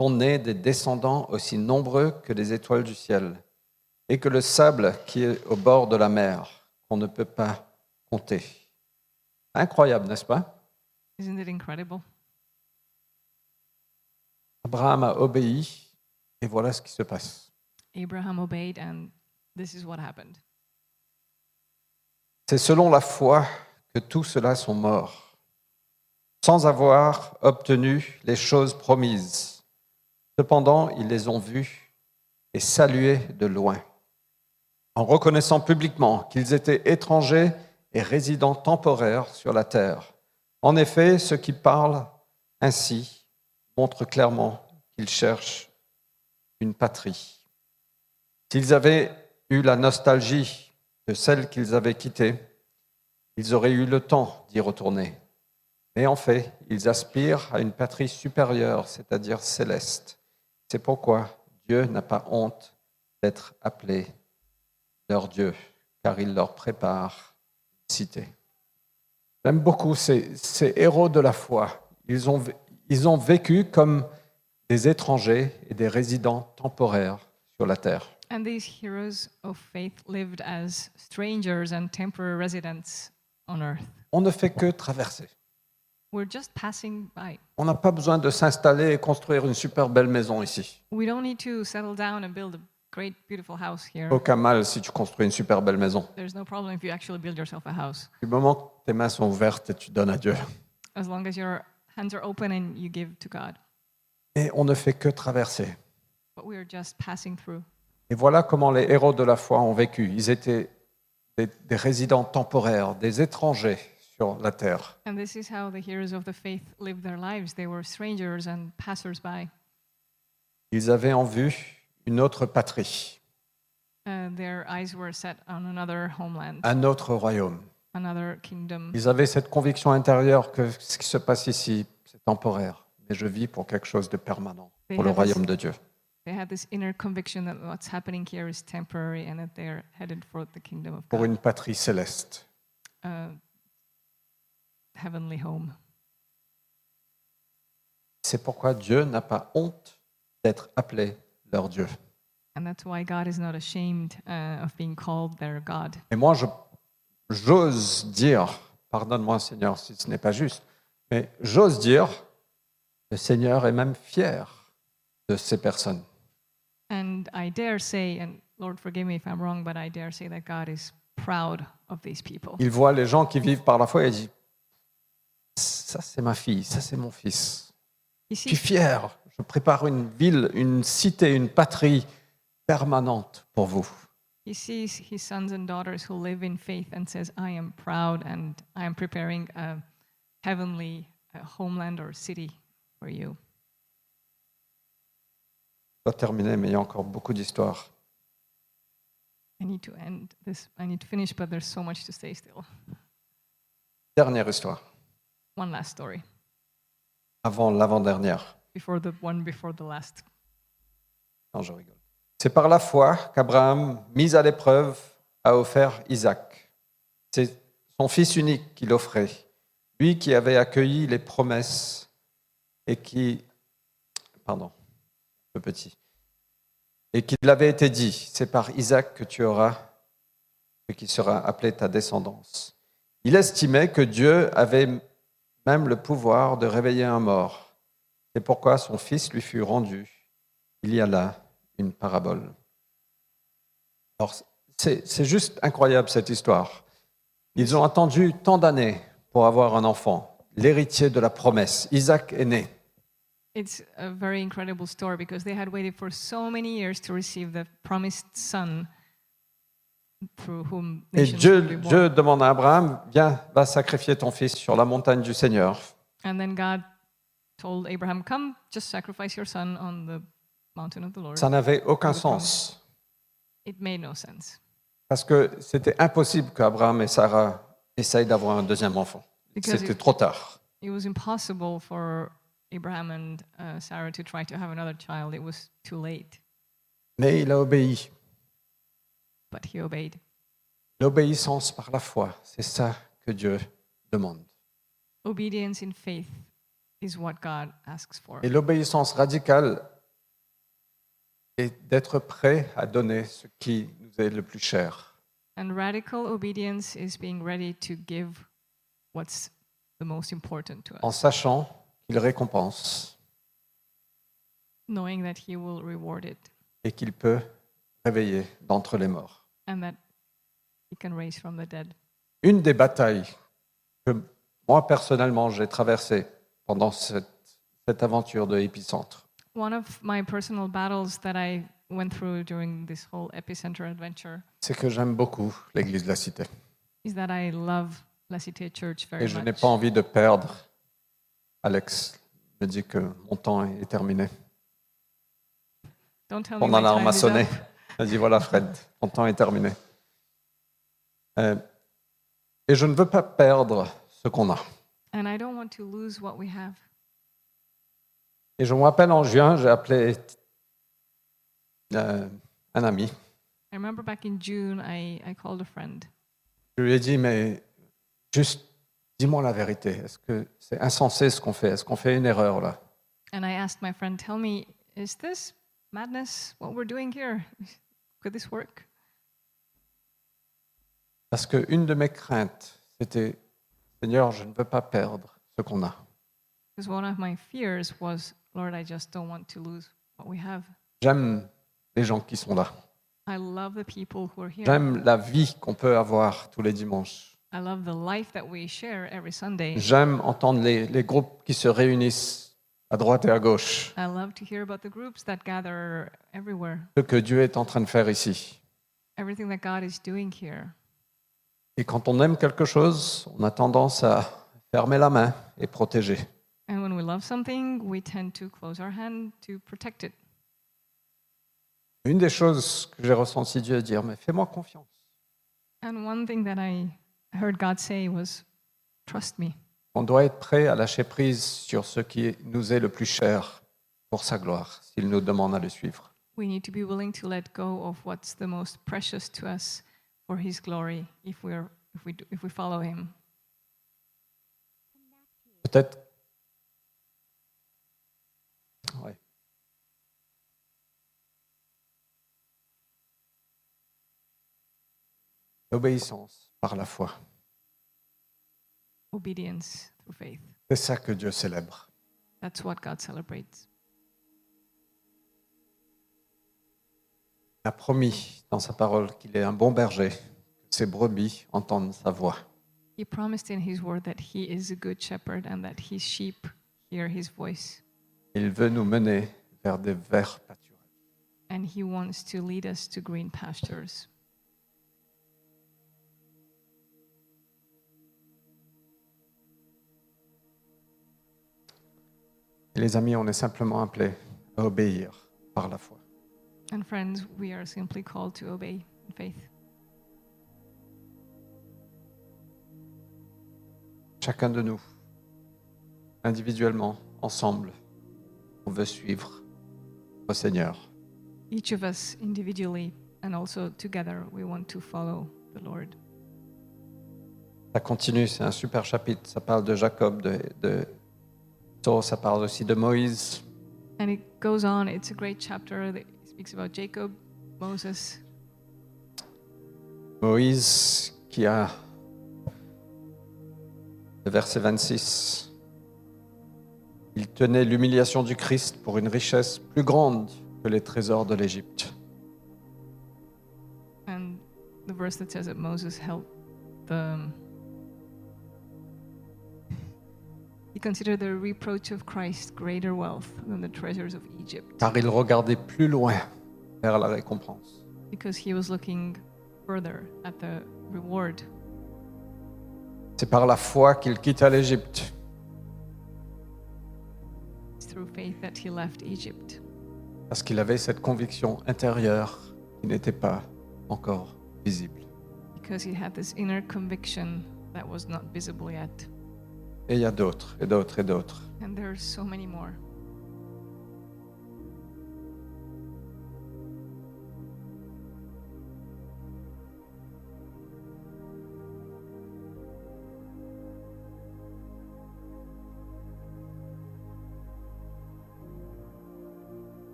sont nés des descendants aussi nombreux que les étoiles du ciel et que le sable qui est au bord de la mer qu'on ne peut pas compter. Incroyable, n'est-ce pas Isn't it incredible? Abraham a obéi et voilà ce qui se passe. Abraham obeyed, and this is what happened. C'est selon la foi que tous ceux-là sont morts, sans avoir obtenu les choses promises. Cependant, ils les ont vus et salués de loin, en reconnaissant publiquement qu'ils étaient étrangers et résidents temporaires sur la terre. En effet, ceux qui parlent ainsi montrent clairement qu'ils cherchent une patrie. S'ils avaient eu la nostalgie de celle qu'ils avaient quittée, ils auraient eu le temps d'y retourner. Mais en fait, ils aspirent à une patrie supérieure, c'est-à-dire céleste. C'est pourquoi Dieu n'a pas honte d'être appelé leur Dieu, car il leur prépare une cité. J'aime beaucoup ces, ces héros de la foi. Ils ont, ils ont vécu comme des étrangers et des résidents temporaires sur la terre. And these heroes of faith lived as strangers and temporary residents on earth. On ne fait que traverser. We're just passing by. On n'a pas besoin de s'installer et construire une super belle maison ici. We don't need to settle down and build a great, beautiful house here. Aucun mal si tu construis une super belle maison. There's no problem if you actually build yourself a house, Du moment que tes mains sont ouvertes et tu donnes à Dieu. as long as your hands are open and you give to God. Et on ne fait que traverser. But we are just passing through. Et voilà comment les héros de la foi ont vécu. Ils étaient des, des résidents temporaires, des étrangers sur la terre. And this is how the heroes of the faith lived their lives. They were strangers and passersby. Ils avaient en vue une autre patrie, Uh, their eyes were set on another homeland, un autre royaume. another kingdom. Ils avaient cette conviction intérieure que ce qui se passe ici, c'est temporaire. Mais je vis pour quelque chose de permanent, pour le royaume de Dieu. They had this inner conviction that what's happening here is temporary and that they're headed for the kingdom of pour God, une patrie céleste. uh, heavenly home. C'est pourquoi Dieu n'a pas honte d'être appelé leur Dieu. And that's why God is not ashamed uh, of being called their God. Et moi, je- j'ose dire, pardonne-moi Seigneur si ce n'est pas juste, mais j'ose dire, le Seigneur est même fier de ces personnes. And I dare say, and Lord, forgive me if I'm wrong, but I dare say that God is proud of these people. Il voit les gens qui vivent par la foi et il dit, ça c'est ma fille, ça c'est mon fils. You Je suis see, fier, je prépare une ville, une cité, une patrie permanente pour vous. He sees his sons and daughters who live in faith and says, I am proud and I am preparing a heavenly uh, homeland or city for you. Je dois terminer, mais il y a encore beaucoup d'histoires. I need to end this, I need to finish, but there's so much to say still. Dernière histoire, One last story avant l'avant-dernière. before the one before the last. Non, je rigole. C'est par la foi qu'Abraham, mis à l'épreuve, a offert Isaac. C'est son fils unique qu'il offrait, lui qui avait accueilli les promesses et qui, pardon, un peu petit, et qu'il avait été dit, c'est par Isaac que tu auras ce qui sera appelé ta descendance. Il estimait que Dieu avait même le pouvoir de réveiller un mort. C'est pourquoi son fils lui fut rendu il y a là une parabole. Alors, c'est c'est juste incroyable cette histoire. Ils ont attendu tant d'années pour avoir un enfant, l'héritier de la promesse. Isaac est né. It's a very incredible story because they had waited for so many years to receive the promised son through whom Et nations Dieu, would be born. Dieu demande à Abraham, viens, va sacrifier ton fils sur la montagne du Seigneur. And then God told Abraham, Come, just sacrifice your son on the mountain of the Lord. Ça n'avait aucun sens, It made no sense parce que c'était impossible qu'Abraham et Sarah essayent d'avoir un deuxième enfant. because C'était it, trop tard. it was impossible for Abraham and uh, Sarah to try to have another child. It was too late, Mais il a obéi. but he obeyed. L'obéissance par la foi, c'est ça que Dieu demande. Obedience in faith is what God asks for. Et l'obéissance radicale est d'être prêt à donner ce qui nous est le plus cher. And radical obedience is being ready to give what's the most important to en us, sachant qu'il récompense knowing that He will reward it et qu'il peut réveiller d'entre les morts. and that He can raise from the dead. Une des batailles que moi personnellement j'ai traversée pendant cette, cette aventure de Épicentre, One of my personal battles that I went through during this whole epicenter adventure c'est que j'aime beaucoup l'Église de la Cité is that I love La Cité Church very et je n'ai much. pas envie de perdre. Alex me dit que mon temps est terminé. Don't tell me Ah On my en a time is ramassonné. *laughs* up. Elle dit voilà Fred, ton temps est terminé. Euh, et je ne veux pas perdre ce qu'on a. And I don't want to lose what we have. Et je me rappelle en juin, j'ai appelé euh, un ami. I remember back in June, I, I called a friend. Je lui ai dit, mais juste dis-moi la vérité. Est-ce que c'est insensé ce qu'on fait Est-ce qu'on fait une erreur là And I asked my friend, tell me, is this madness what we're doing here? Could this work? Parce qu'une de mes craintes, c'était, Seigneur, je ne veux pas perdre ce qu'on a. Because one of my fears was, Lord, I just don't want to lose what we have. J'aime les gens qui sont là. I love the people who are here. J'aime la vie qu'on peut avoir tous les dimanches. I love the life that we share every Sunday. J'aime entendre les, les groupes qui se réunissent à droite et à gauche. I love to hear about the groups that gather everywhere, Ce que Dieu est en train de faire ici. everything that God is doing here. Et quand on aime quelque chose, on a tendance à fermer la main et protéger. And when we love something, we tend to close our hand to protect it. Une des choses que j'ai ressenti Dieu dire, mais fais-moi confiance. And one thing that I heard God say was, Trust me. On doit être prêt à lâcher prise sur ce qui nous est le plus cher pour sa gloire, s'il nous demande à le suivre. We need to be willing to let go of what's the most precious to us for His glory if, we're, if, we, do, if we follow Him. Peut-être. Ouais. L'obéissance par la foi. Obedience through faith. C'est ça que Dieu célèbre. That's what God celebrates. a promis dans sa parole qu'il est un bon berger, que ses brebis entendent sa voix. He promised in His word that He is a good shepherd and that His sheep hear His voice. Il veut nous mener vers des verts pâturages. And He wants to lead us to green pastures. Et les amis, on est simplement appelés à obéir par la foi. And friends, we are simply called to obey in faith. Chacun de nous, individuellement, ensemble, on veut suivre au Seigneur. Each of us individually and also together, we want to follow the Lord. Ça continue, c'est un super chapitre. Ça parle de Jacob, de, de Esau, ça parle aussi de Moïse. And it goes on, it's a great chapter that speaks about Jacob, Moses, Moïse qui a, le verset 26, il tenait l'humiliation du Christ pour une richesse plus grande que les trésors de l'Égypte. and the verse that says that Moses held the. He considered the reproach of Christ greater wealth than the treasures of Egypt car il regardait plus loin vers la récompense. because he was looking further at the reward. C'est par la foi qu'il quitta l'Égypte. It's through faith that he left Egypt parce qu'il avait cette conviction intérieure qui n'était pas encore visible. because he had this inner conviction that was not visible yet. Et il y a d'autres, et d'autres, et d'autres. And there are so many more.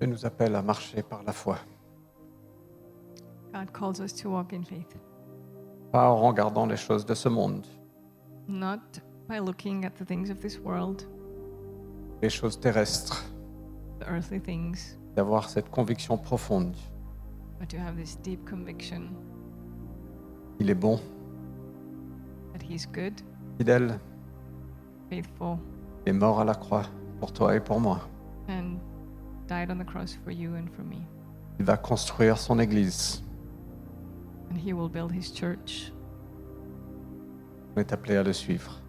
Dieu nous appelle à marcher par la foi, God calls us to walk in faith, pas en regardant les choses de ce monde, not by looking at the things of this world, les choses terrestres, the earthly things, d'avoir cette conviction profonde but to have this deep conviction qu'il est bon, that He's good, fidèle, faithful, et mort à la croix pour toi et pour moi. and died on the cross for you and for me. Il va construire son Église. And He will build His church, On est appelé à le suivre.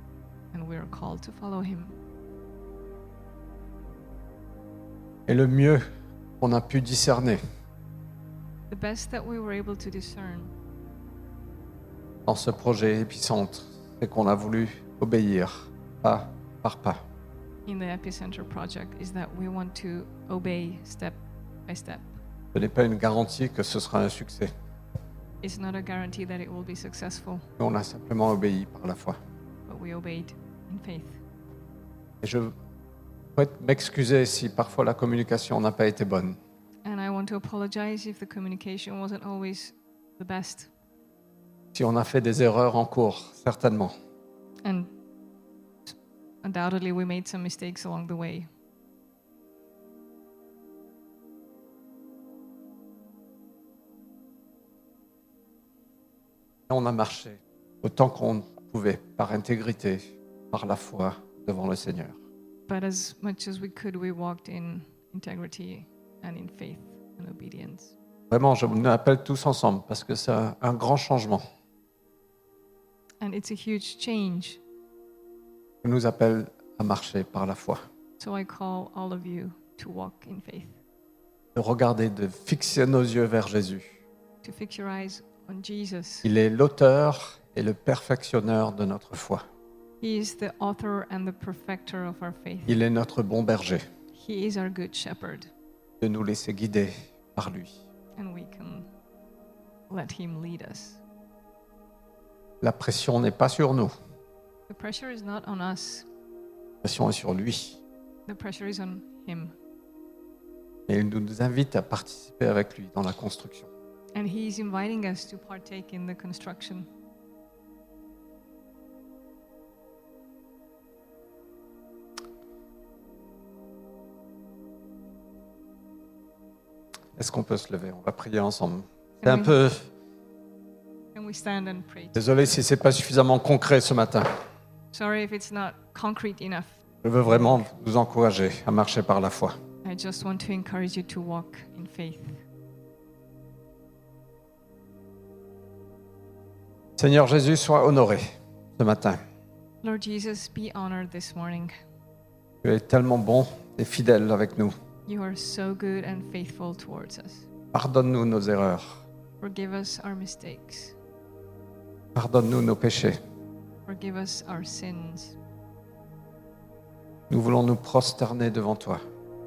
and we are called to follow Him. Et le mieux qu'on a pu discerner The best that we were able to discern dans ce projet épicentre, c'est qu'on a voulu obéir pas par pas. in the Epicenter project is that we want to obey step by step. Ce n'est pas une garantie que ce sera un succès. It's not a guarantee that it will be successful, Nous, on a simplement obéi par la foi. but we obeyed in faith. Et je souhaite m'excuser si parfois la communication n'a pas été bonne. And I want to apologize if the communication wasn't always the best. Si on a fait des erreurs en cours, certainement. And undoubtedly, we made some mistakes along the way. On a marché autant qu'on pouvait, par intégrité, par la foi devant le Seigneur. But as much as we could, we walked in integrity and in faith and obedience. Vraiment, je nous appelle tous ensemble parce que c'est un un grand changement. And it's a huge change. Je nous appelle à marcher par la foi. So I call all of you to walk in faith, De regarder, de fixer nos yeux vers Jésus. to fix your eyes on Jesus. Il est l'auteur et le perfectionneur de notre foi. He is the author and the perfecter of our faith. Il est notre bon berger. He is our good shepherd, de nous laisser guider par lui. and we can let him lead us. La pression n'est pas sur nous, The pressure is not on us, la pression est sur lui. the pressure is on him. Et il nous invite à participer avec lui dans la construction. And he is inviting us to partake in the construction. Est-ce qu'on peut se lever On va prier ensemble. C'est un Oui. peu... And we stand and pray. Désolé si c'est pas suffisamment concret ce matin. Sorry if it's not concrete enough. Je veux vraiment vous encourager à marcher par la foi. I I just want to encourage you to walk in faith. Seigneur Jésus, sois honoré ce matin. Lord Jesus, be honored this morning. Tu es tellement bon et fidèle avec nous. You are so good and faithful towards us. Pardonne-nous nos erreurs. Forgive us our mistakes. Pardonne-nous nos péchés. Forgive us our sins. Nous voulons nous prosterner devant toi.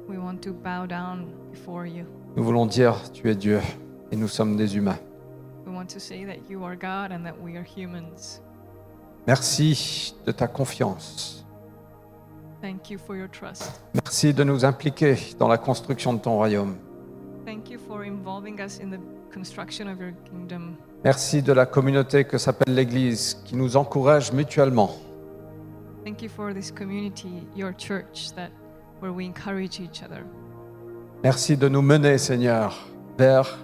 We want to bow down before you. Nous voulons dire, tu es Dieu et nous sommes des humains. We want to say that you are God and that we are humans. Merci de ta confiance. Thank you for your trust. Merci de nous impliquer dans la construction de ton royaume. Thank you for involving us in the construction of your kingdom. Merci de la communauté que s'appelle l'Église qui nous encourage mutuellement. Thank you for this community, your church, that where we encourage each other. Merci de nous mener, Seigneur, vers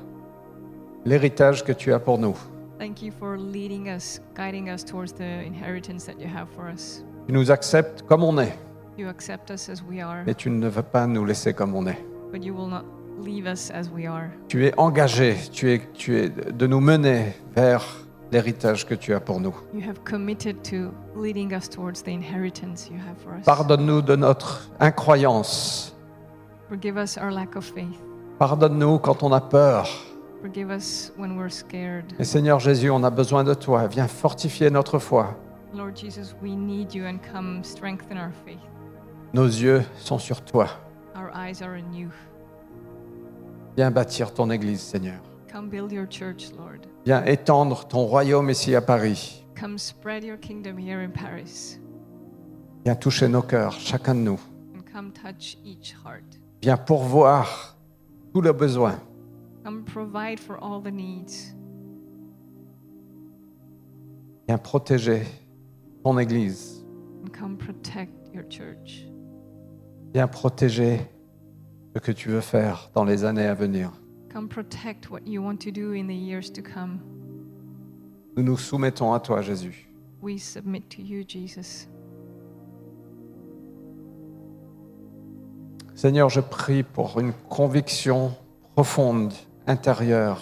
l'héritage que tu as pour nous. Thank you for leading us, guiding us towards the inheritance that you have for us. Tu nous acceptes comme on est, You accept us as we are, mais tu ne veux pas nous laisser comme on est. but you will not leave us as we are. Tu es engagé, tu es, tu es de nous mener vers l'héritage que tu as pour nous. You have committed to leading us towards the inheritance you have for us. Pardonne-nous de notre incroyance. Forgive us our lack of faith. Pardonne-nous quand on a peur. Forgive us when we're scared. Et Seigneur Jésus, on a besoin de toi. Viens fortifier notre foi. Lord Jesus, we need you and come strengthen our faith. Nos yeux sont sur toi. Our eyes are on you. Viens bâtir ton Église, Seigneur. Come build your church, Lord. Viens étendre ton royaume ici à Paris. Come spread your kingdom here in Paris Viens toucher nos cœurs, chacun de nous. and come touch each heart. Viens pourvoir tout le besoin. Come provide for all the needs. Viens protéger ton Église. and come protect your church. Viens protéger ce que tu veux faire dans les années à venir. Come protect what you want to do in the years to come. Nous nous soumettons à toi, Jésus. We submit to you, Jesus. Seigneur, je prie pour une conviction profonde, intérieure,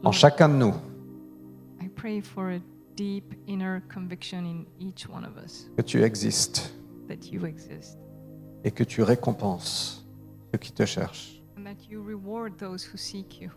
en Lord, chacun de nous. I pray for a deep inner conviction in each one of us que tu existes that you exist et que tu récompenses ceux qui te cherchent. and that you reward those who seek you.